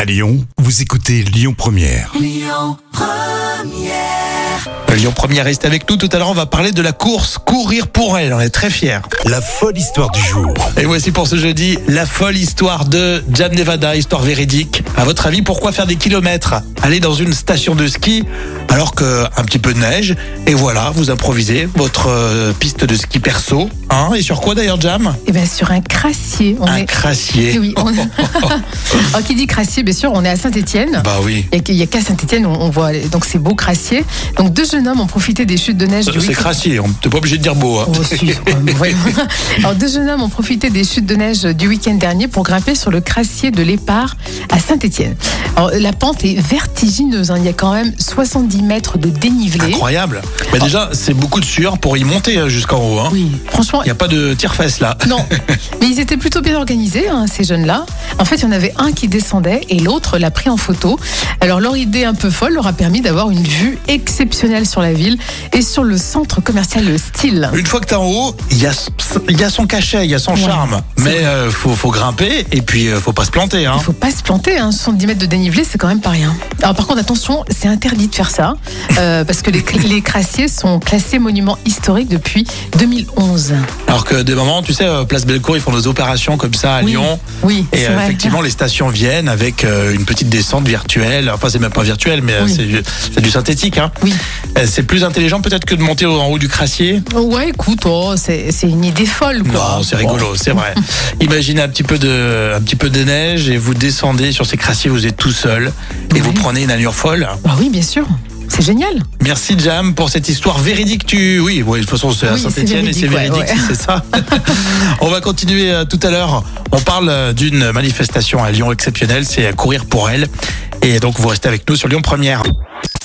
À Lyon, vous écoutez Lyon Première. Lyon Première reste avec nous. Tout à l'heure, on va parler de la course Courir pour elle. On est très fiers. La folle histoire du jour. Et voici pour ce jeudi la folle histoire de Jam Nevada, histoire véridique. À votre avis, pourquoi faire des kilomètres Aller dans une station de ski alors que un petit peu de neige et voilà, vous improvisez votre euh, piste de ski perso. Hein et sur quoi d'ailleurs, Jam Eh bien, sur un crassier. On Un est... Eh crassier. oui, on... Alors, qui dit crassier, bien sûr, on est à Saint-Etienne. Bah oui. Il n'y a qu'à Saint-Etienne, on on voit les- donc ces beaux crassiers. Donc, deux jeunes hommes ont profité des chutes de neige du C'est week-end. crassier. On t'es pas obligé de dire beau. hein. Oh, si, quand même, vraiment. Alors, deux jeunes hommes ont profité des chutes de neige du week-end dernier pour grimper sur le crassier de l'Épare à Saint-Étienne. Alors, la pente est vertigineuse. hein. Il y a quand même 70 mètres de dénivelé. Incroyable. Mais déjà, c'est beaucoup de sueur pour y monter hein, jusqu'en haut. hein. Oui, franchement, Il n'y a pas de tire-fesse là. Non, mais ils étaient plutôt bien organisés, hein, ces jeunes-là. En fait, il y en avait un qui descendait et l'autre l'a pris en photo. Alors, leur idée un peu folle leur a permis d'avoir une vue exceptionnelle sur la ville et sur le centre commercial Style. Une fois que t'es en haut, il y a, il y a son cachet, il y a son Ouais, charme. c'est Mais vrai. euh, faut, faut grimper et puis euh, faut pas se planter. Hein. Il faut pas se planter, hein, 70 mètres de dénivelé, c'est quand même pas rien. Alors par contre, attention, c'est interdit de faire ça, euh, parce que les, les crassiers sont classés monuments historiques depuis 2011. Alors que des moments, tu sais, euh, Place Bellecour, ils font des opérations comme ça à Oui. Lyon. Oui, Et c'est euh, vrai. effectivement, les stations viennent avec euh, une petite descente virtuelle. Enfin, c'est même pas virtuel, mais euh, Oui. c'est du- c'est du synthétique. Hein. Oui. Euh, C'est plus intelligent peut-être que de monter en haut du crassier. Ouais, écoute, oh, c'est c'est une idée folle, quoi. Non, c'est rigolo, c'est vrai. Imaginez un petit peu de, un petit peu de neige et vous descendez sur ces crassiers, vous êtes tout seul et Ouais. vous prenez une allure folle. Bah oui, bien sûr. C'est génial. Merci Jam pour cette histoire véridique. Tu, oui, ouais, de toute façon c'est à Oui, c'est Saint-Étienne et c'est véridique, ouais, véridique, ouais. c'est ça. On va continuer euh, tout à l'heure. On parle euh, d'une manifestation à Lyon exceptionnelle, c'est à courir pour elle. Et donc vous restez avec nous sur Lyon Première.